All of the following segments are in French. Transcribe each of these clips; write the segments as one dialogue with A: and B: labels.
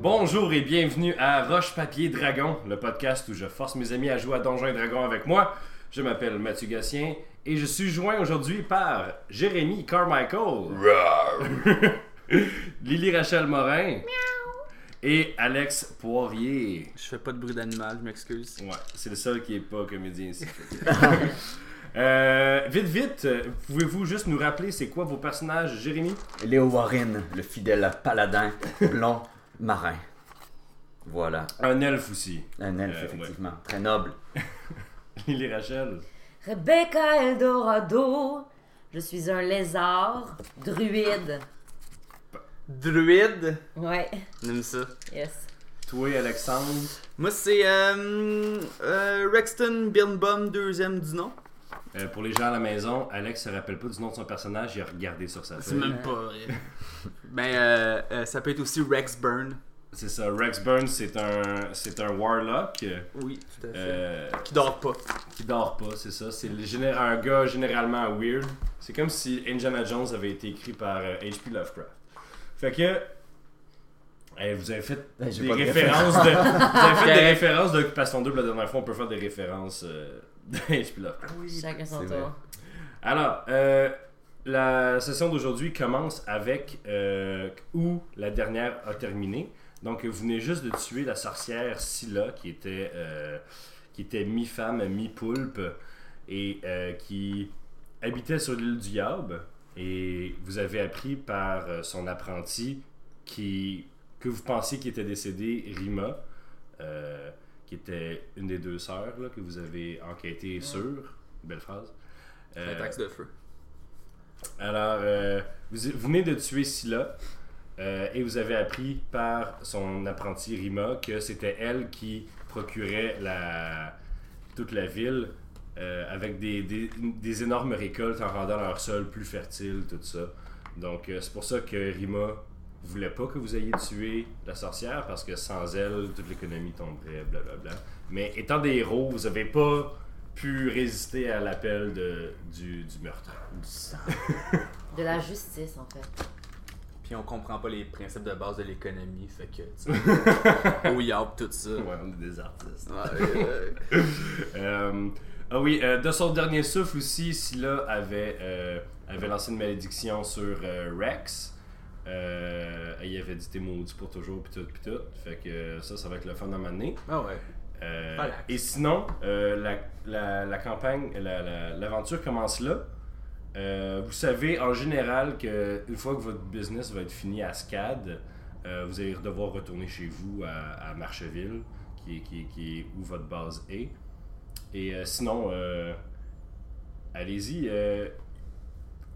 A: Bonjour et bienvenue à Roche Papier Dragon, le podcast où je force mes amis à jouer à Donjons et Dragons avec moi. Je m'appelle Mathieu Gassien et je suis joint aujourd'hui par Jérémy Carmichael, Lily Rachel Morin et Alex Poirier.
B: Je fais pas de bruit d'animal, je m'excuse.
A: Ouais, c'est le seul qui est pas comédien ici. Euh, vite, vite, euh, pouvez-vous juste nous rappeler c'est quoi vos personnages, Jérémy
C: Léo Warren, le fidèle paladin blond marin. Voilà,
A: Un elfe aussi.
C: un elfe,
A: Euh, ouais.
C: effectivement, très noble.
A: Lily Rachel.
D: Rebecca Eldorado, je suis un lézard, druide.
B: Druide.
D: Ouais,
B: On aime ça.
D: yes.
A: Toi, Alexandre.
B: Moi, c'est euh, euh, Rexton Birnbaum, deuxième du nom.
A: Euh, pour les gens à la maison, Alex se rappelle pas du nom de son personnage, il a regardé sur sa
B: C'est
A: feuille.
B: même pas vrai. ben, euh, euh, ça peut être aussi Rex Burn.
A: C'est ça, Rex Burns, c'est un, c'est un warlock
B: Oui, tout à fait.
A: euh,
B: Qui dort pas.
A: qui dort pas, c'est ça. C'est le géné- un gars généralement weird. C'est comme si Indiana Jones avait été écrit par euh, H.P. Lovecraft. Fait que. eh, vous avez fait
C: Ben, j'ai
A: des
C: pas de
A: références de. Vous avez fait des
B: Correct.
A: références d'Occupation double la dernière fois, on peut faire des références euh, de H.P. Lovecraft.
D: Chacun son
C: c'est vrai.
D: tour.
A: Alors, euh, la session d'aujourd'hui commence avec euh, où la dernière a terminé. Donc, vous venez juste de tuer la sorcière Scylla, qui était, euh, qui était mi-femme, mi-poulpe, et euh, qui habitait sur l'île du Yab. Et vous avez appris par euh, son apprenti qui, que vous pensiez qui était décédé, Rima, euh, qui était une des deux sœurs là, que vous avez enquêté sur. Belle phrase.
B: Un
A: Euh,
B: Ben, taxe de feu.
A: alors, euh, vous, vous venez de tuer Scylla euh, et vous avez appris par son apprenti Rima que c'était elle qui procurait la, toute la ville euh, avec des, des- des énormes récoltes en rendant leur sol plus fertile, tout ça. Donc, euh, c'est pour ça que Rima voulait pas que vous ayez tué la sorcière parce que sans elle, toute l'économie tomberait, blablabla. Mais étant des héros, vous avez pas pu résister à l'appel de- du- du meurtre.
C: Du sang.
D: De la justice, en fait.
B: Puis on comprend pas les principes de base de l'économie, fait que, tu sais. oui, hop, tout ça.
A: Ouais, on est des artistes.
B: Ouais, euh,
A: Euh, ah oui, euh, de son dernier souffle aussi, Scylla avait, euh, avait lancé une malédiction sur euh, Rex. Euh, il avait dit t'es maudit pour toujours, pis tout, pis tout. Fait que euh, ça, ça va être le fun à m'amener.
B: Ah ouais.
A: Euh,
B: Relax.
A: et sinon, euh, la, la- la campagne, la- la- l'aventure commence là. Euh, vous savez en général que une fois que votre business va être fini à SCAD, euh, vous allez devoir retourner chez vous à, à Marcheville, qui est, qui, est- qui est où votre base est. Et euh, sinon, euh, allez-y. euh,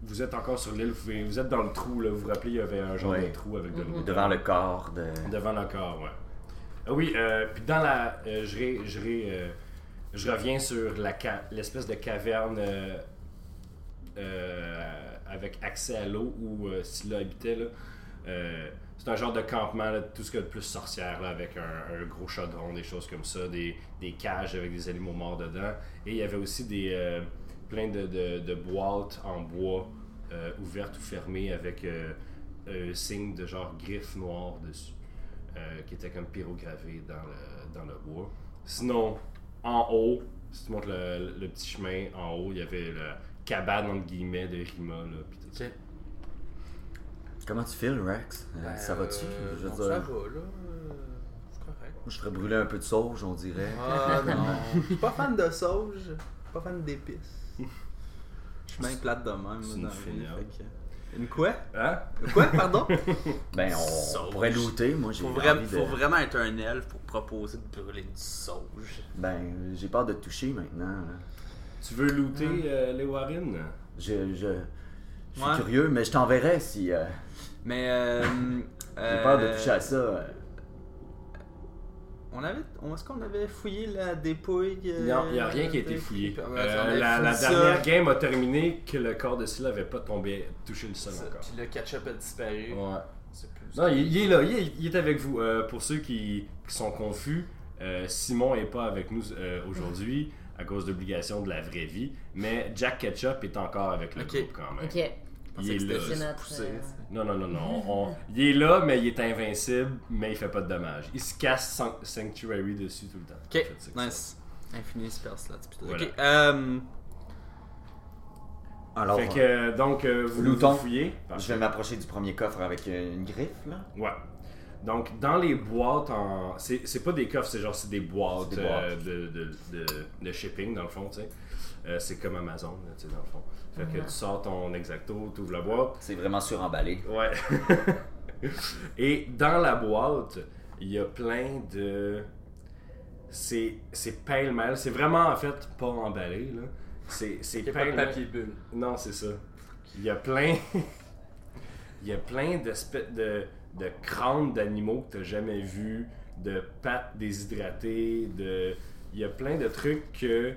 A: vous êtes encore sur l'île, vous, pouvez- vous êtes dans le trou, là. Vous vous rappelez, il y avait un genre
C: Ouais.
A: de trou avec de l'eau.
C: Devant le corps de.
A: euh, Devant le corps, ouais. Ah oui, euh, puis dans la. euh, je, ré- je ré- euh, je reviens sur la ca- l'espèce de caverne euh, euh, avec accès à l'eau où euh, Scylla habitait. là. Euh, c'est un genre de campement, là, tout ce qu'il y a de plus sorcière, là, avec un, un gros chaudron, des choses comme ça, des, des cages avec des animaux morts dedans. Et il y avait aussi des euh, plein de, de- de boîtes en bois euh, ouvertes ou fermées avec euh, un signe de genre griffe noire dessus, euh, qui était comme pyrogravé dans le, dans le bois. Sinon, en haut, si tu montes le, le petit chemin en haut, il y avait la cabane entre guillemets de Rima. Là, pis tout ça.
C: Comment tu files, Rex Euh, Ça va-tu
B: Euh,
C: Je veux
B: non,
C: dire,
B: Ça va, là. euh, C'est correct.
C: je ferais brûler un peu de sauge, on dirait.
B: Ah non. pas fan de sauge, pas fan d'épices. Je suis bien plate de même.
A: C'est
B: moi,
A: une
B: dans la vie,
A: fainéante.
B: fait que- Une quoi
A: Hein?
B: Une quoi, pardon
C: Ben, on
B: Sauge.
C: pourrait looter, moi j'ai
B: faut,
C: envie
B: vra-
C: de-
B: faut vraiment être un elfe pour proposer de brûler du sauge.
C: Ben, j'ai peur de te toucher maintenant. là.
A: Tu veux looter
B: Hmm.
A: euh, les Warren?
C: Je, je, je suis
B: Ouais.
C: curieux, mais je t'enverrai si euh,
B: Mais euh.
C: j'ai peur de toucher à ça. euh.
B: On avait. on- Est-ce qu'on avait fouillé la dépouille euh,
A: Non, il n'y a rien qui a été
B: de-
A: fouillé.
B: Ah, ouais,
A: Euh,
B: on avait
A: la la
B: fouillé
A: dernière
B: ça.
A: game a terminé que le corps de Scylla n'avait pas tombé, touché le sol
B: Ça,
A: encore.
B: Puis le ketchup a disparu.
A: Ouais.
B: C'est plus-
A: Non, il, il est là, il est, il est avec vous. Euh, pour ceux qui, qui sont confus, euh, Simon n'est pas avec nous euh, aujourd'hui à cause d'obligations de la vraie vie, mais Jack Ketchup est encore avec le
B: Ok.
A: groupe quand même.
D: Ok.
A: Il est là.
D: c'était-
A: c'est-
D: notre, euh,
A: Non, non, non, non. on- il est là, mais il est invincible, mais il fait pas de dommages. Il se casse san- Sanctuary dessus tout le temps. En
E: Ok,
A: fait, c'est ça.
E: nice. Infini spell slot. plutôt.
A: Voilà.
E: Ok, euh,
C: Alors,
A: Fait que, euh, donc, euh, vous, vous
C: Louton.
A: fouillez.
C: je vais m'approcher du premier coffre avec euh, une griffe, là.
A: Ouais. Donc, dans les boîtes, en... c'est c'est pas des coffres, c'est genre c'est des boîtes,
C: C'est des boîtes.
A: euh, de, de- de- de shipping, dans le fond, tu sais. Euh, c'est comme Amazon, là, tu sais, dans le fond. Fait que tu sors ton exacto, tu ouvres la boîte.
C: C'est vraiment suremballé.
A: Ouais. Et dans la boîte, il y a plein de. C'est c'est pêle-mêle. C'est vraiment, en fait, pas emballé, là. C'est c'est
E: il n'y a pas de
A: pêle-mêle.
E: papier bulle.
A: Non, c'est ça. Il y a plein. Il y a plein d'espèces de, de crânes d'animaux que t'as jamais vus, de pattes déshydratées, de. Il y a plein de trucs que,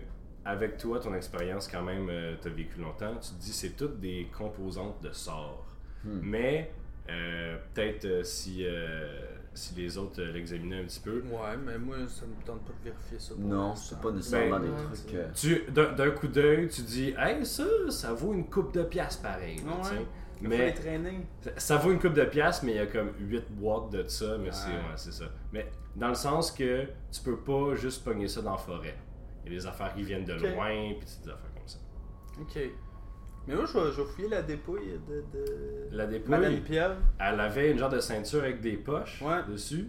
A: avec toi, ton expérience quand même, euh, t'as vécu longtemps, tu te dis c'est toutes des composantes de sorts.
C: Hmm.
A: Mais euh, peut-être euh, si, euh, si les autres euh, l'examinaient un petit peu,
B: Ouais, mais moi, ça me tente pas de vérifier ça. pour
C: Non,
B: l'instant.
C: c'est pas nécessairement
A: Ben,
C: des
D: ouais,
C: trucs.
B: c'est-
C: euh,
A: tu d'un d'un coup d'œil, tu dis hey ça, ça vaut une coupe de pièces pareil. là,
B: Ouais.
A: tu sais.
B: Mais faut les traîner.
A: Ça, ça vaut une coupe de pièces, mais il y a comme 8 boîtes de ça, mais c'est
B: Ouais.
A: ouais, c'est ça. Mais dans le sens que tu peux pas juste pogner ça dans la forêt. Il y a des affaires qui viennent de
B: Ok.
A: loin, puis des affaires comme ça.
B: Ok. Mais moi, je vais, je vais fouiller la dépouille de, de...
A: La dépouille,
B: Madame Pierre.
A: elle avait une genre de ceinture avec des poches
B: Ouais.
A: dessus.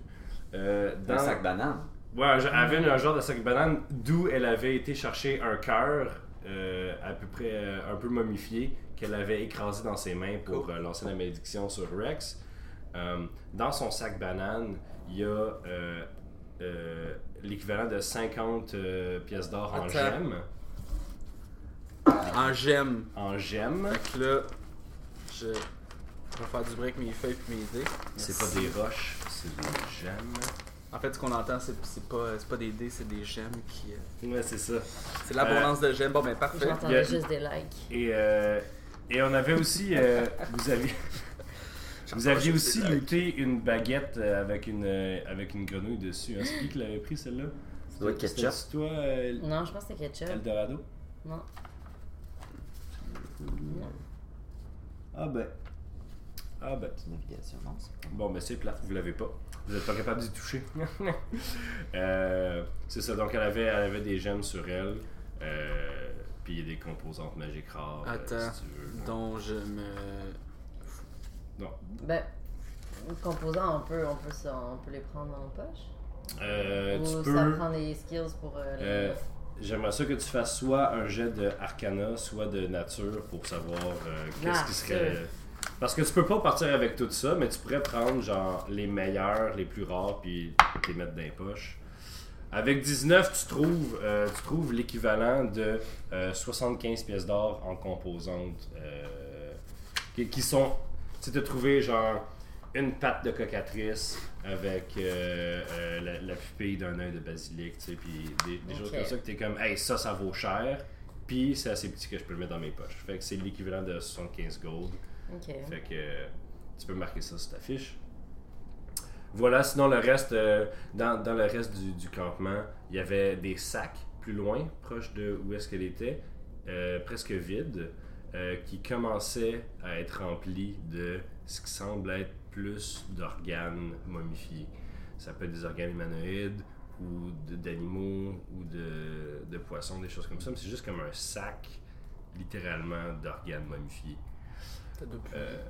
A: Euh, dans...
C: Un sac banane.
A: Ouais, un- elle avait un genre de sac banane d'où elle avait été chercher un cœur euh, à peu près euh, un peu momifié qu'elle avait écrasé dans ses mains pour euh, lancer la malédiction sur Rex. Euh, dans son sac banane, il y a euh, euh, l'équivalent de 50 euh, pièces d'or en
E: Attends.
A: gemmes.
E: En gemme.
A: En gemmes.
E: Fait que là, je je vais faire du break mes feuilles puis mes dés.
A: C'est pas des roches, c'est des gemmes.
E: En fait, ce qu'on entend, c'est c'est pas, c'est pas des dés, c'est des gemmes qui. euh,
A: Ouais, c'est ça.
E: C'est l'abondance de gemmes. Bon, ben parfait.
D: J'entendais
A: Yeah.
D: juste des likes.
A: Et, euh, et on avait aussi. euh, vous aviez, vous aviez aussi looté une baguette euh, avec une, euh, avec une grenouille dessus. Hein. C'est qui qui l'avait pris celle-là
C: Ça doit être ketchup.
A: C'est toi, euh,
D: Non, je pense que c'était ketchup.
A: Eldorado
D: Non.
A: Ah ben. Ah ben.
C: C'est une navigation, non? c'est pas-
A: Bon, ben c'est plat, vous l'avez pas. Vous êtes pas capable d'y toucher. Euh, c'est ça, donc elle avait, elle avait des gemmes sur elle. euh, Puis il y a des composantes magiques rares. euh,
E: Attends.
A: si tu veux.
E: Donc, je me.
D: Ben, les composants, on peut, on peut, ça, on peut les prendre en poche.
A: Euh,
D: Ou
A: tu
D: Oh, ça
A: peux.
D: prend des skills pour. euh,
A: Euh,
D: les-
A: J'aimerais ça que tu fasses soit un jet de arcana, soit de nature pour savoir euh, qu'est-ce qui serait.
D: Nature.
A: Parce que tu peux pas partir avec tout ça, mais tu pourrais prendre genre les meilleurs, les plus rares, puis les mettre dans les poches. Avec 19, tu trouves, euh, tu trouves l'équivalent de euh, 75 pièces d'or en composantes euh, qui, qui sont. Tu sais, t'as trouvé genre une patte de cocatrice avec euh, euh, la, la pupille d'un œil de basilic, tu sais, puis des, des choses
D: Ok.
A: comme ça que t'es comme, hey, ça, ça vaut cher, puis c'est assez petit que je peux le mettre dans mes poches. Fait que c'est l'équivalent de 75 gold.
D: Ok.
A: Fait que euh, tu peux marquer ça sur ta fiche. Voilà, sinon le reste, euh, dans, dans le reste du, du campement, il y avait des sacs plus loin, proche de où est-ce qu'elle était, euh, presque vides, euh, qui commençaient à être remplis de ce qui semble être plus d'organes momifiés. Ça peut être des organes humanoïdes ou de- d'animaux ou de, de poissons, des choses comme ça, mais c'est juste comme un sac littéralement d'organes momifiés.
E: T'as deux plus.
A: Euh,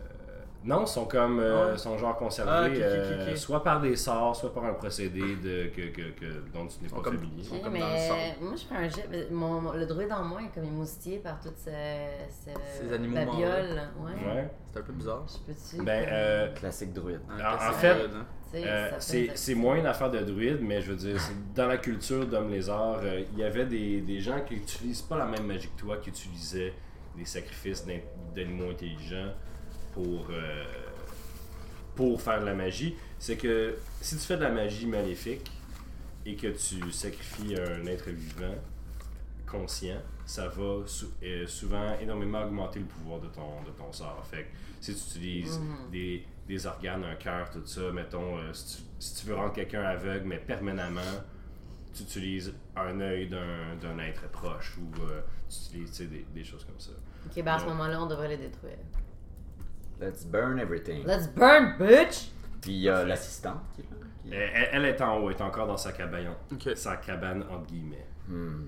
A: non, sont comme euh,
E: Ah.
A: sont genre conservés
E: Ah, ok, ok, ok,
A: euh,
E: ok.
A: soit par des sorts, soit par un procédé de, que, que, que- dont tu n'es
E: Sont
A: pas
E: comme-
A: familier.
E: sont
D: Ok,
E: comme dans le
D: mais
E: sable.
D: moi je fais un jet. mais Mon, mon- le druide en moi est comme émoustillé par toutes ces,
E: Ces animaux morts,
D: babioles. Ouais.
A: Ouais.
E: C'est un peu bizarre.
D: Je peux-tu.
A: Ben,
D: comme,
A: euh,
C: Classique druide.
E: Hein,
A: Alors, en
E: c'est
A: fait,
E: weird, hein.
D: tu sais,
A: Euh,
D: ça fait
A: c'est
D: une-
A: c'est moins une affaire de druide, mais je veux dire, c'est- dans la culture d'homme lézard, euh, il y avait des, des gens qui utilisent pas la même magie que toi, qui utilisaient des sacrifices d'in- d'animaux intelligents pour, euh, pour faire de la magie. C'est que si tu fais de la magie maléfique et que tu sacrifies un être vivant conscient, ça va sou- euh, souvent énormément augmenter le pouvoir de ton, de ton sort. Fait que si tu utilises
D: Mhm.
A: des, des organes, un cœur, tout ça, mettons, euh, si, tu, si tu veux rendre quelqu'un aveugle, mais permanemment, tu utilises un œil d'un d'un être proche ou euh, tu utilises tu sais, des, des choses comme ça.
D: Ok, ben à ce
A: Non.
D: moment-là, on devrait les détruire.
C: Let's burn everything.
D: Let's burn, bitch!
C: Puis il y a l'assistante qui est là. qui-
A: Euh, Elle, elle est en haut, elle est encore dans sa cabane.
E: Ok.
A: Sa cabane, entre guillemets.
C: Hmm.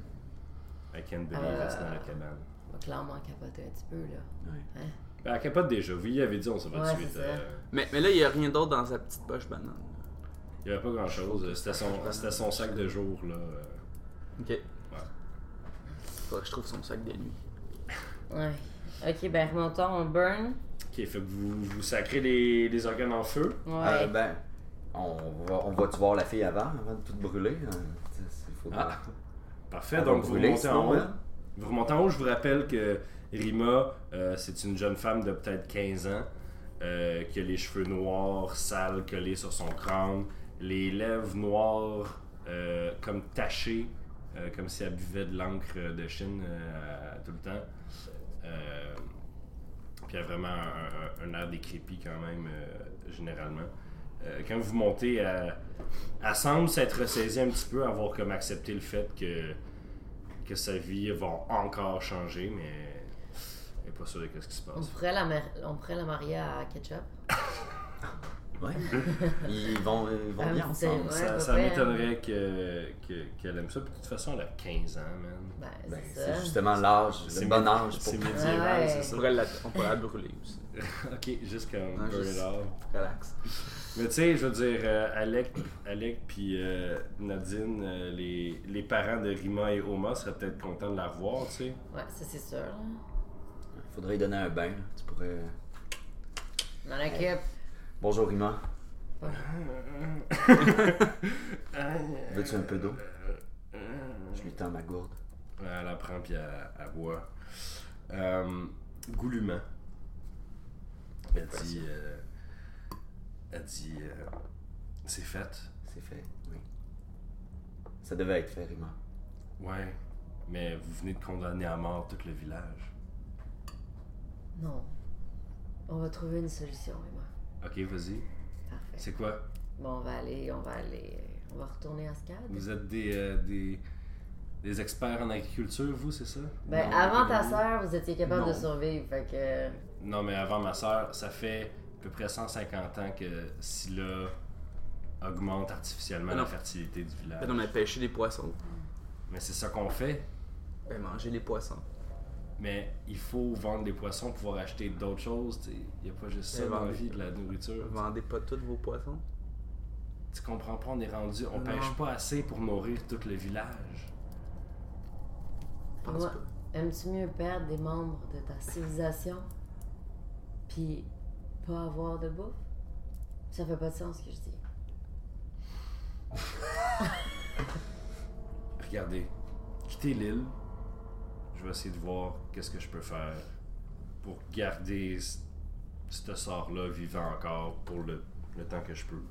A: I can't believe
D: Euh.
A: it's not a cabane.
D: On va clairement capoter un petit peu, là.
C: Ouais.
D: Hein?
A: Ben, elle capote déjà. Vous y avez dit, on s'en va
D: Ouais,
A: de suite.
D: c'est ça.
A: euh,
E: Mais, mais là, il y a rien d'autre dans sa petite poche banane.
A: il n'y avait pas grand chose. C'était son, c'était son sac de jour, là. euh.
E: Ok. Ouais. Faudrait que je trouve son sac de nuit.
D: Ouais. Ok, ben remontons, on burn.
A: Ok, fait que vous, vous sacrez les, les organes en feu.
D: Ouais.
C: Euh, ben, on va, on va-tu voir la fille avant, avant de tout brûler? Euh, tu sais, Il faut
A: Ah. Parfait,
C: on va
A: donc vous
C: brûler,
A: remontez en
C: sinon,
A: haut.
C: hein?
A: Vous remontez en haut, je vous rappelle que Rima, euh, c'est une jeune femme de peut-être 15 ans, euh, qui a les cheveux noirs, sales, collés sur son crâne, les lèvres noires, euh, comme tachées, euh, comme si elle buvait de l'encre de Chine euh, à- tout le temps. Euh, puis elle a vraiment un, un- un air décrépit quand même, euh, généralement. Euh, quand vous montez, elle, elle semble s'être ressaisie un petit peu, avoir comme accepté le fait que que sa vie va encore changer, mais elle n'est pas sûre de ce qui se
D: On
A: passe.
D: pourrait, la mar- on pourrait la marier à ketchup.
C: Ouais. Ils vont, ils vont
D: Ah,
C: bien
D: vous savez,
C: ensemble.
D: ouais.
C: ça.
A: ça
D: pas
A: ça
D: pire.
A: m'étonnerait que, que- qu'elle aime ça. Puis de toute façon, elle a 15 ans, man.
D: Ben,
C: Ben,
D: c'est
C: c'est
D: ça.
C: justement l'âge,
A: C'est
C: le bon
A: mé-
C: âge pour
A: C'est médiéval,
D: Ouais.
A: c'est
E: On
A: ça.
E: pourrait la, on pourrait la brûler aussi.
A: ok, juste comme
E: Ouais,
A: burn
E: juste-
A: it all.
E: Relax.
A: Mais tu sais, je veux dire, euh, Alec, Alec puis euh, Nadine, euh, les, les parents de Rima et Oma seraient peut-être contents de la revoir, tu sais.
D: Ouais, ça c'est sûr. là.
C: Il faudrait lui donner un bain. là. Tu pourrais.
D: Je m'en occupe.
C: Bonjour Rima.
D: Ah,
C: Veux-tu un peu d'eau?
A: Euh,
C: Je lui tends ma gourde.
A: Elle la prend puis elle, elle boit. Euh, goulûment. Elle dit. euh, elle dit. euh, c'est fait.
C: C'est fait. Oui. Ça devait être fait, Rima.
A: Ouais. Mais vous venez de condamner à mort tout le village.
D: Non. On va trouver une solution, Emma.
A: Ok, vas-y.
D: Parfait.
A: C'est quoi
D: Bon, on va aller, on va aller. euh, On va retourner à SCAD.
A: Vous êtes des. euh, des des experts en agriculture, vous, c'est ça?
D: Ben,
A: Non,
D: avant
A: que
D: ta
A: vous?
D: sœur, vous étiez capable de
C: Non.
D: survivre, fait que.
A: Non, mais avant ma sœur, ça fait à peu près 150 ans que Scylla augmente artificiellement
E: Mais Ben non.
A: la fertilité du village.
E: Ben, on a pêché des poissons.
A: Mais c'est ça qu'on fait.
E: Ben, manger les poissons.
A: Mais il faut vendre des poissons pour pouvoir acheter d'autres choses. t'sais. Il n'y a pas juste ça
E: Et
A: dans la
E: vendre-
A: vie, de la nourriture.
E: Vendez pas tous vos poissons.
A: Tu comprends pas, on est rendu. On
E: Ben Non.
A: pêche pas assez pour nourrir tout le village.
E: Je pense
D: Moi-
E: pas.
D: Aimes-tu mieux perdre des membres de ta civilisation, puis pas avoir de bouffe? Ça fait pas de sens ce que je dis.
A: Regardez, quitter l'île. Je vais essayer de voir qu'est-ce que je peux faire pour garder c- ce sort-là vivant encore pour le, le temps que je peux.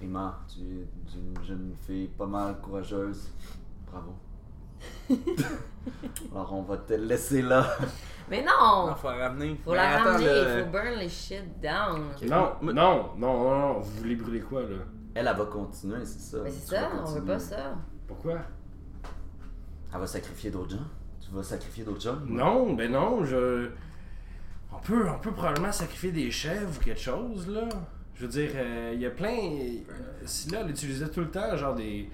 C: Rima, tu es une jeune fille pas mal courageuse. Bravo. Alors on va te laisser là.
D: Mais non!
E: Non, faut la ramener.
D: Faut
E: Mais
D: la
E: attends,
D: ramener,
E: là,
D: faut burn les shit down.
E: Ok.
A: Non,
E: moi-
A: non, non, non, non, vous voulez brûler quoi là
C: Elle, elle va continuer, c'est ça.
D: Mais c'est
C: Tu vas
D: ça, on veut
C: continuer.
D: pas ça.
A: Pourquoi
C: Elle va sacrifier d'autres gens. Tu vas sacrifier d'autres gens? Rima?
A: Non, ben non, je. On peut, on peut probablement sacrifier des chèvres ou quelque chose, là. Je veux dire, euh, il y a plein. euh, Si là, elle utilisait tout le temps, genre des,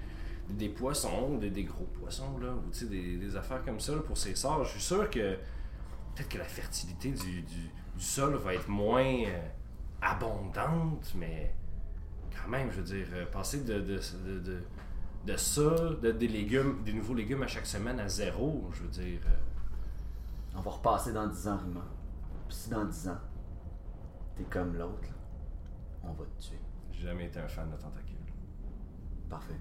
A: des poissons, des, des gros poissons, là, ou tu sais, des, des affaires comme ça, là, pour ses sorts. Je suis sûr que. Peut-être que la fertilité du, du, du sol va être moins euh, abondante, mais. Quand même, je veux dire, euh, passer de, de, de, de, de ça, de- des légumes, des nouveaux légumes à chaque semaine à zéro, je veux dire. euh,
C: On va repasser dans 10 ans, Rima. Puis si dans 10 ans, t'es comme l'autre, là, on va te tuer.
A: J'ai jamais été un fan de tentacules.
C: Parfait.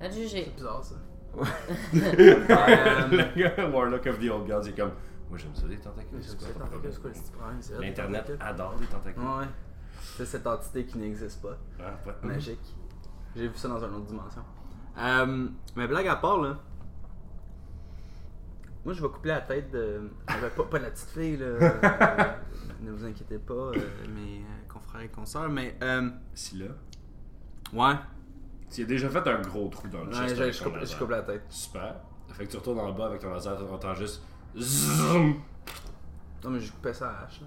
D: À te juger.
E: C'est bizarre ça.
A: le gars, Warlock of the Old Gods, il est comme Moi j'aime ça les tentacules, c'est quoi ton problème? L'internet adore les tentacules.
E: Ouais. C'est cette entité qui n'existe pas.
A: Ah, pas-
E: Magique. J'ai vu ça dans une autre dimension. Euh, mais blague à part, là. Moi, je vais couper la tête de. euh, pas, pas de la petite fille, là. Euh, ne vous inquiétez pas, euh, mes euh, confrères et consoeurs. Mais, euh,
A: Si là,
E: ouais.
A: tu as déjà fait un gros trou dans le
E: Ouais,
A: chest.
E: je,
A: avec
E: je
A: ton
E: coupe, je
A: laser.
E: coupe la tête.
A: Super. Ça fait que tu retournes en bas avec ton laser, tu entends juste Zoom
E: Non, mais je coupais ça à la hache, là.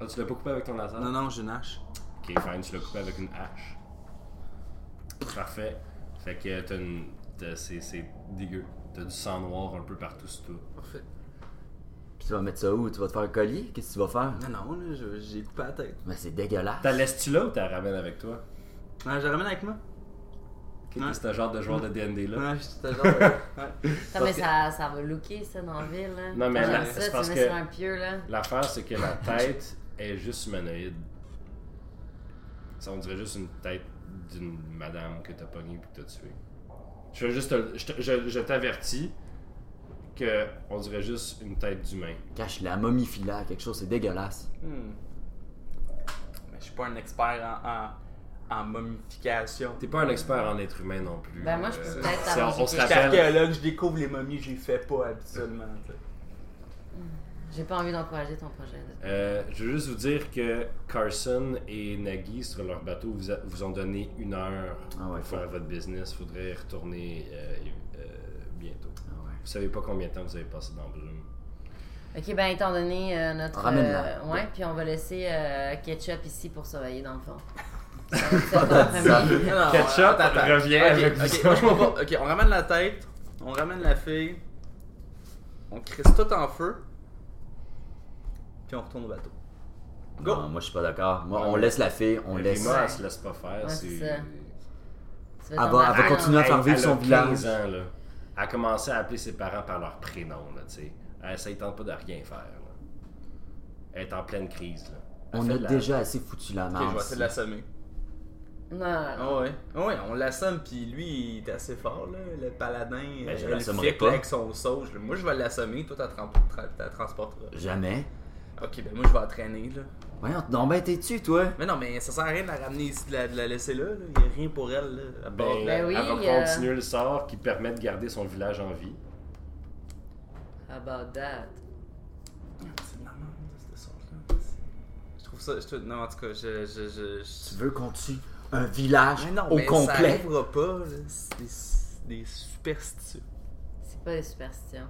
A: Ah, tu l'as pas coupé avec ton laser?
E: Non, non, j'ai une hache.
A: Ok, fine, tu l'as coupé avec une hache. Parfait. Fait que t'as une. t'as- c'est, c'est dégueu. T'as du sang noir un peu partout sur toi.
E: Parfait.
C: Puis tu vas mettre ça où Tu vas te faire un collier Qu'est-ce que tu vas faire
E: Non, non, là, je- j'ai coupé la tête.
C: Mais c'est dégueulasse.
A: T'as laisses-tu là ou t'as ramènes avec toi?
E: Ouais, je la ramène avec moi.
A: Ok,
E: Ouais.
A: t'es ce genre de joueur de DND là.
E: Ouais, j'étais genre. ouais.
D: Non, mais ça, ça va looker, ça, dans la ville, là.
A: Non, mais
D: T'as
A: là,
D: mis
A: c'est
D: ça,
A: parce
D: tu mets
A: que-
D: sur un pieu, là.
A: L'affaire, c'est que la tête est juste humanoïde. Ça, on dirait juste une tête d'une madame que t'as pognée puis que t'as tuée. Je veux juste te- je te- je- je t'avertis que on dirait juste une tête d'humain.
C: Cache-la, momifie là, quelque chose, c'est dégueulasse.
E: Hmm. Mais je suis pas un expert en, en, en momification.
A: T'es pas un expert en être humain non plus.
D: Ben, moi, je peux
A: Euh,
D: peut-être
A: c'est-
D: avoir
A: On se
D: quelque
E: J'étais
A: rappelle.
E: archéologue, je découvre les momies, j'y fais pas habituellement. tu sais.
D: J'ai pas envie d'encourager ton projet. là.
A: Euh, je veux juste vous dire que Carson et Nagui, sur leur bateau, vous, a- vous ont donné une heure
C: Ah ouais,
A: pour faire votre business. Faudrait y retourner euh, euh, bientôt.
C: Ah ouais.
A: Vous savez pas combien de temps vous avez passé dans Bloom.
D: Ok, ben, étant donné euh, notre.
C: Ramène-la.
D: euh, ouais, puis on va laisser euh, Ketchup ici pour surveiller, dans le fond. Ça va être ça, ton premier.
E: Non,
A: Ketchup,
E: attends, attends.
A: reviens
E: Ok,
A: avec
E: ok,
A: vision.
E: moi, je m'en vais. Ok, on ramène la tête, on ramène la fille, on crisse tout en feu, puis on retourne au bateau. Go!
C: Non, moi, je suis pas d'accord. Moi,
A: Ouais,
C: on
A: mais-
C: laisse la fille, on
A: Mais
C: laisse.
A: Rima, elle se laisse pas faire.
D: Ouais,
A: c'est...
D: c'est ça. Tu vas
C: Ah
D: t'en
C: bah, elle va
D: aller,
C: continuer à
D: hein?
C: faire
A: Elle-
C: vivre
A: elle
C: son
A: a
C: village.
A: 15 ans, là. Elle a commencé à appeler ses parents par leur prénom, là, tu sais. Elle, ça y tente pas de rien faire, là. Elle est en pleine crise, là. Elle
C: On
A: fait
C: a
A: de la-
C: déjà assez foutu la
E: Ok, je vais
C: merde.
E: essayer de l'assommer.
D: Non, non, non.
E: Ah ouais. Ah ouais, on l'assomme, puis lui, il est assez fort, là, le paladin.
C: Ben, je
E: euh, le
C: l'assommerai
E: flic,
C: pas.
E: là, avec son sauge. là. Moi, je vais l'assommer, toi, t'as la transporteras.
C: Jamais.
E: Ok, ben moi, je vais la traîner, là.
C: Voyons, non, ben t'es tu toi.
E: Mais non, mais ça sert à rien de la ramener ici, de la, de la laisser là, là. Il n'y a rien pour elle, là. à part-
A: Ben,
D: Ben oui,
A: elle va
D: euh.
A: continuer le sort qui permet de garder son village en vie.
D: About that.
E: C'est de la merde, ce son-là. Je trouve ça. Je trouve... Non, en tout cas, je. je, je,
C: Tu
E: je...
C: veux qu'on tue un village
E: Mais non,
C: au
E: mais ça
C: complet.
E: arrivera pas, là. C'est des, des superstitieux.
D: C'est pas des superstitions.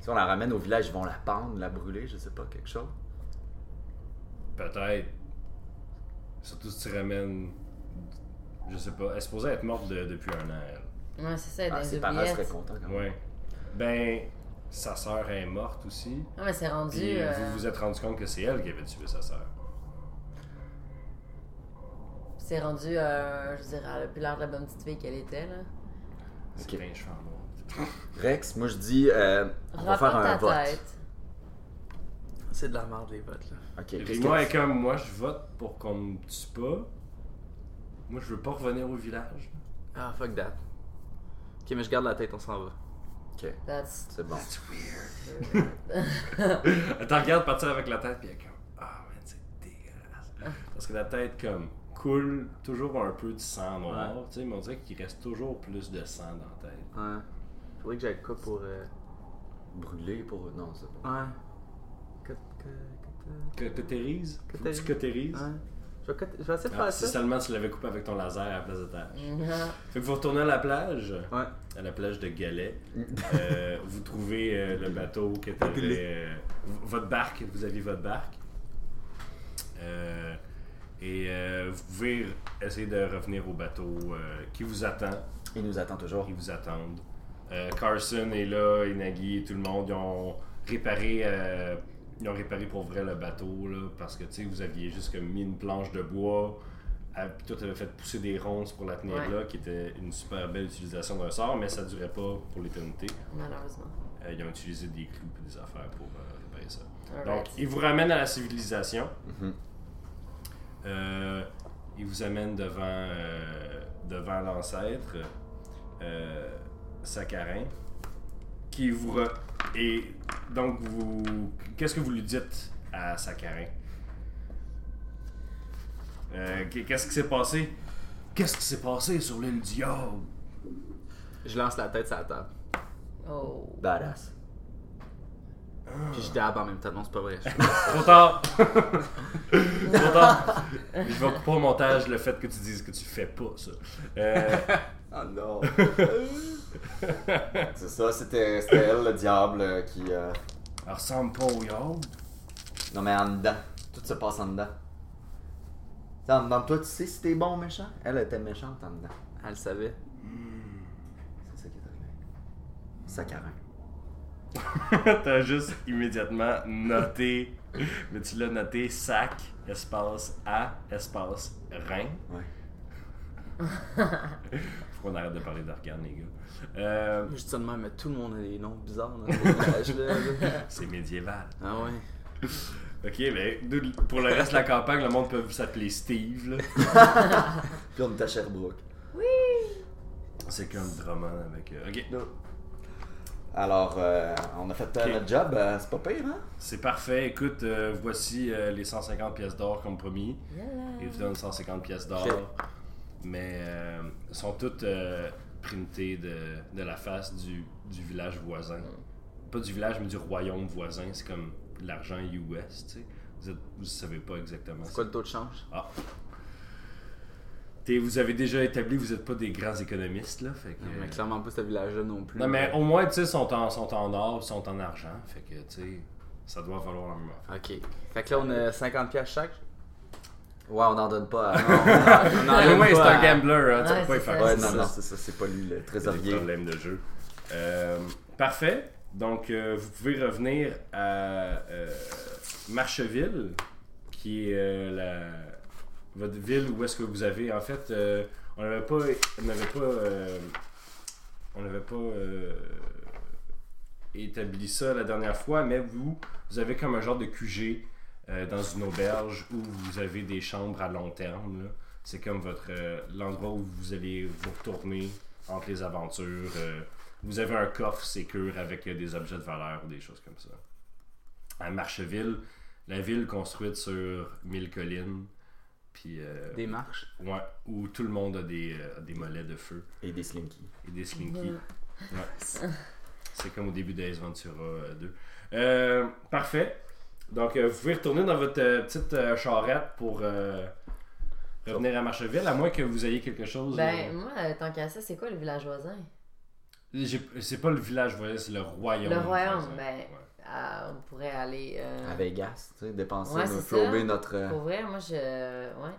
C: Si on la ramène au village, ils vont la pendre, la brûler, je sais pas, quelque chose.
A: Peut-être. Surtout si tu ramènes. Je sais pas. Elle est supposée être morte de- depuis un an, elle.
D: Ouais, c'est ça,
C: Ah,
D: des
C: ses parents seraient
D: oubliettes.
C: contents quand même.
A: Ouais. Ben, sa sœur est morte aussi.
D: Non, mais c'est rendu.
A: Puis
D: euh,
A: vous vous êtes rendu compte que c'est elle qui avait tué sa sœur.
D: C'est rendu, euh, je dirais, elle a plus l'air de la bonne petite fille qu'elle était, là.
A: C'était
C: Ok.
A: un cheveu noir.
C: Rex, moi je dis, euh, on va faire
D: Rapporte ta
C: un vote.
D: tête.
E: C'est de la merde, les votes, là.
C: Ok,
A: Et
C: qu'est-ce
A: moi,
C: que-
A: elle est comme moi, je vote pour qu'on me tue pas. Moi, je veux pas revenir au village.
E: Ah, fuck that. Ok, mais je garde la tête, on s'en va.
C: Ok,
D: That's
C: c'est bon.
A: Elle te regarde partir avec la tête, puis elle est comme Ah, man, c'est dégueulasse. Parce que la tête, comme, coule toujours un peu de sang noir,
E: Ouais.
A: tu sais, mais on dirait qu'il reste toujours plus de sang dans la tête.
E: Ouais. Faudrait que j'aille quoi pour. euh,
C: Brûler pour. Non, c'est bon.
E: Ouais. Que- que-
A: Que cotérise Faut que tu
E: Cautérise.
A: cotérises
E: que- Ouais. Je vais, cot- je vais essayer de
A: Ah,
E: faire
A: si
E: ça.
A: seulement tu l'avais coupé avec ton laser à la place de ta hache.
D: Mhm.
A: Fait que vous retournez à la plage,
E: Ouais.
A: à la plage de Galet. Euh, vous trouvez euh, le bateau qui était.
E: Galet.
A: euh, v- votre barque, vous aviez votre barque. Euh, et euh, vous pouvez essayer de revenir au bateau euh, qui vous attend.
C: Il nous attend toujours.
A: Ils vous attendent. Euh, Carson est là, et Nagui, tout le monde, ils ont réparé, euh, ils ont réparé pour vrai le bateau là, parce que tu sais, vous aviez juste comme mis une planche de bois, à- puis tout avait fait pousser des ronces pour la tenir
D: Ouais.
A: là, qui était une super belle utilisation d'un sort, mais ça durait pas pour l'éternité.
D: Malheureusement.
A: Euh, ils ont utilisé des clous et des affaires pour euh, réparer ça.
D: Alright.
A: Donc, ils vous ramènent à la civilisation.
C: Mhm.
A: Euh, ils vous amènent devant, euh, devant l'ancêtre, euh, Saccharin, qui vous... re- Et donc, vous... Qu'est-ce que vous lui dites à Saccharin? Euh, qu'est- Qu'est-ce qui s'est passé? Qu'est-ce qui s'est passé sur l'île du diable?
E: Je lance la tête sur la table.
D: Oh.
C: Badass.
E: Puis je dab en même temps. Non, c'est pas vrai. Je-
A: Trop tard! Trop tard! Je vais couper au montage le fait que tu dises que tu fais pas ça. Euh,
C: Oh non! c'est ça, c'était c'était elle, le diable, euh, qui. euh,
A: elle ressemble pas au yard.
C: Non, mais en dedans. Tout se passe en dedans. Dans, dans toi, tu sais si t'es bon ou méchant? Elle était méchante en dedans.
E: Elle le savait.
C: C'est ça qui est arrivé. Saccarin.
A: T'as juste immédiatement noté, mais tu l'as noté sac, espace A, espace rein.
C: Ouais.
A: Faut qu'on arrête de parler d'organes, les gars. Euh,
E: Je dis ça de même, mais tout le monde a des noms bizarres dans le
A: c'est médiéval.
E: Ah ouais.
A: Ok, mais d'où- pour le reste de la campagne, le monde peut s'appeler Steve. là.
C: Puis on est à Sherbrooke.
A: C'est comme Drummond avec. euh, Ok,
C: Alors, euh, on a fait euh,
A: Ok.
C: notre job, euh, c'est pas pire, hein?
A: c'est parfait. Écoute, euh, voici euh, les 150 pièces d'or comme promis.
D: Yalla.
A: Il vous donne 150 pièces d'or.
E: Ok.
A: Mais euh, sont toutes euh, printées de, de la face du, du village voisin.
E: Mm.
A: Pas du village, mais du royaume voisin. C'est comme l'argent US, tu sais. Vous, êtes- vous savez pas exactement.
E: C'est quoi le taux de change?
A: Ah. T'es- vous avez déjà établi, vous êtes pas des grands économistes, là. Fait que,
E: Non, mais clairement pas ce village-là non plus.
A: Euh, non, mais au moins, tu sais, sont en, sont en or, sont en argent. Fait que, tu sais, ça doit valoir la même affaire.
E: Ok. Fait que là, on a 50 pièces chaque.
C: Ouais, on n'en donne pas à.
E: Non, hein. on en- on en
A: Anyway,
E: donne
A: c'est
E: pas
A: un
E: à-
A: gambler, hein, tu
D: Ouais,
A: peux pas y
D: c'est
A: faire
D: ça.
C: ouais,
A: grand-
C: non,
E: c'est
C: non,
E: ça.
C: c'est ça, c'est pas lui le
A: des
C: trésorier.
A: problèmes de jeu. Euh, parfait. Donc, euh, vous pouvez revenir à euh, Marcheville, qui est euh, la- votre ville où est-ce que vous avez. En fait, euh, on n'avait pas, on n'avait pas, euh, on n'avait pas euh, établi ça la dernière fois, mais vous, vous avez comme un genre de QG euh, dans une auberge où vous avez des chambres à long terme. là. C'est comme votre euh, l'endroit où vous allez vous retourner entre les aventures. euh, vous avez un coffre sécure avec euh, des objets de valeur ou des choses comme ça. À Marcheville, la ville construite sur mille collines, puis euh,
E: Des marches.
A: ouais, où tout le monde a des, euh, des mollets de feu
C: Et des slinky.
A: et des slinky.
D: Ouais.
A: Ouais. C'est comme au début d'Ace Ventura euh, 2. Euh, parfait. Donc, euh, vous pouvez retourner dans votre euh, petite euh, charrette pour euh, revenir à Marcheville, à moins que vous ayez quelque chose. euh,
D: Ben, moi, euh, tant qu'à ça, c'est quoi le village voisin?
A: J'ai- C'est pas le village voisin, c'est le royaume.
D: Le royaume,
A: voisin.
D: ben.
A: Ouais.
D: Ah, on pourrait aller. euh,
C: À Vegas, tu sais, dépenser,
D: Ouais,
C: notre
D: c'est ça.
C: flouber notre. euh,
D: Pour vrai, moi, je. Ouais.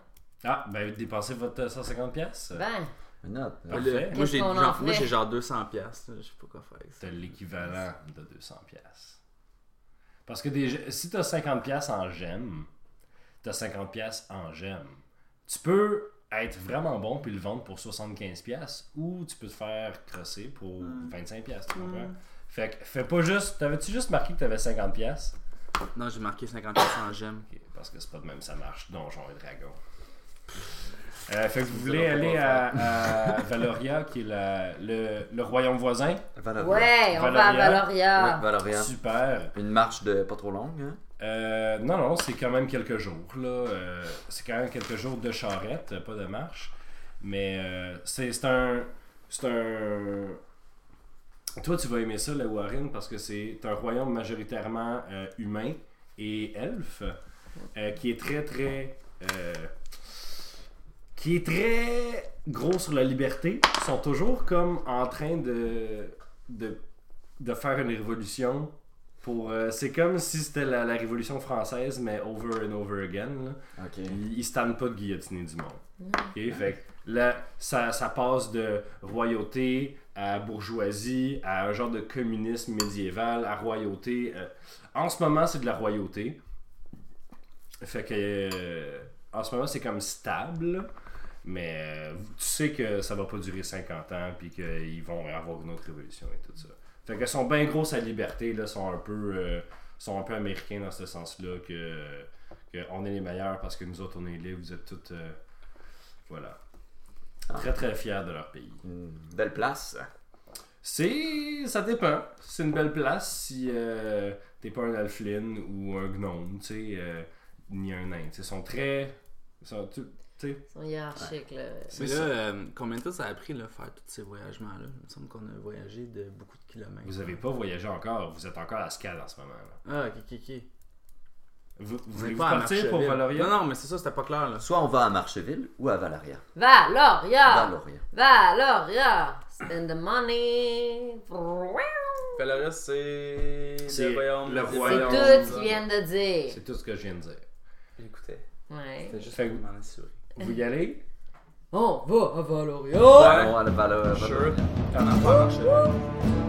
A: Ah, ben dépensez votre euh, 150 pièces.
D: Ben,
C: note. hein? là.
A: Parfait.
E: Moi, j'ai
D: qu'on en
E: genre, moi,
D: fait?
E: j'ai genre 200 pièces. Je sais pas quoi faire avec ça.
A: T'as l'équivalent de 200 pièces. Parce que des, ge- si t'as 50 pièces en gemmes, t'as 50 pièces en gemmes. Tu peux être vraiment bon puis le vendre pour 75 pièces ou tu peux te faire crosser pour 25 pièces, tu comprends? Fait que fais pas juste, t'avais-tu juste marqué que t'avais 50 pièces
E: Non, j'ai marqué 50 pièces en gemmes.
A: Ok, parce que c'est pas de même ça marche, Donjon et Dragon. Euh, fait que vous
E: Ça,
A: voulez
E: on peut
A: aller
E: pas
A: à, à Valoria, qui est la- le, le royaume voisin.
C: Valoria.
D: ouais, on va à
A: Valoria.
D: Valoria.
C: euh, Ouais, Valoria.
A: Super.
C: Une marche de pas trop longue, hein?
A: Euh, non, non, c'est quand même quelques jours. là. Euh, c'est quand même quelques jours de charrette, euh, pas de marche. Mais euh, c'est c'est un. C'est un. Toi, tu vas aimer ça, le Warren, parce que c'est un royaume majoritairement euh, humain et elfe, euh, qui est très, très. euh, qui est très gros sur la liberté. Ils sont toujours comme en train de. de, de faire une révolution. Pour, euh, c'est comme si c'était la, la Révolution française, mais over and over again. là.
C: Ok.
A: Ils, ils se tannent pas de guillotiner du monde. Ok, fait que là, ça, ça passe de royauté à bourgeoisie, à un genre de communisme médiéval, à royauté. euh. En ce moment, c'est de la royauté. Fait que. euh, en ce moment, c'est comme stable. Mais euh, tu sais que ça va pas durer 50 ans, puis qu'ils vont avoir une autre révolution et tout ça. Fait que sont bien gros sa liberté, là, sont un peu. euh, sont un peu américains dans ce sens-là que. que on est les meilleurs parce que nous autres on est libres, vous êtes toutes euh, voilà.
E: Ah.
A: Très très fiers de leur pays.
C: Une belle place.
A: C'est. ça dépend. C'est une belle place si euh, t'es pas un alflin ou un gnome, tu sais, euh, ni un nain. tu sais, Ils sont très. Ils sont tu- tu sais,
D: Ils sont hiérarchiques, là.
A: c'est
E: Mais là,
A: ça.
E: euh, combien de temps ça a pris là, faire tous ces voyagements-là Il me semble qu'on a voyagé de beaucoup de kilomètres.
A: Vous avez pas voyagé encore, vous êtes encore à Scad en ce moment. Là.
E: Ah, ok, ok, ok.
A: Vous, vous
E: On
A: voulez
E: est
A: vous
E: pas à
A: partir pour
E: Marcheville.
A: Valoria
E: Non, non, mais c'est ça, c'était pas clair là.
C: Soit on va à Marcheville ou à Valoria.
D: Valoria!
C: Valoria.
D: Valoria! Spend the money!
E: Valoria, c'est.
A: C'est
E: le royaume.
A: le
E: des
A: royaume.
D: C'est
E: royaumes.
D: tout ce qu'ils viennent de dire.
A: C'est tout ce que je viens de dire.
E: J'écoutais.
D: Ouais.
E: C'était juste
A: Fait
E: pour
A: où?
E: m'en assurer.
A: Vous y allez?
D: On va à Valoria!
E: Ouais.
C: Bon, elle va le- elle va le-
E: Sure. T'en as pas marché.
C: Fait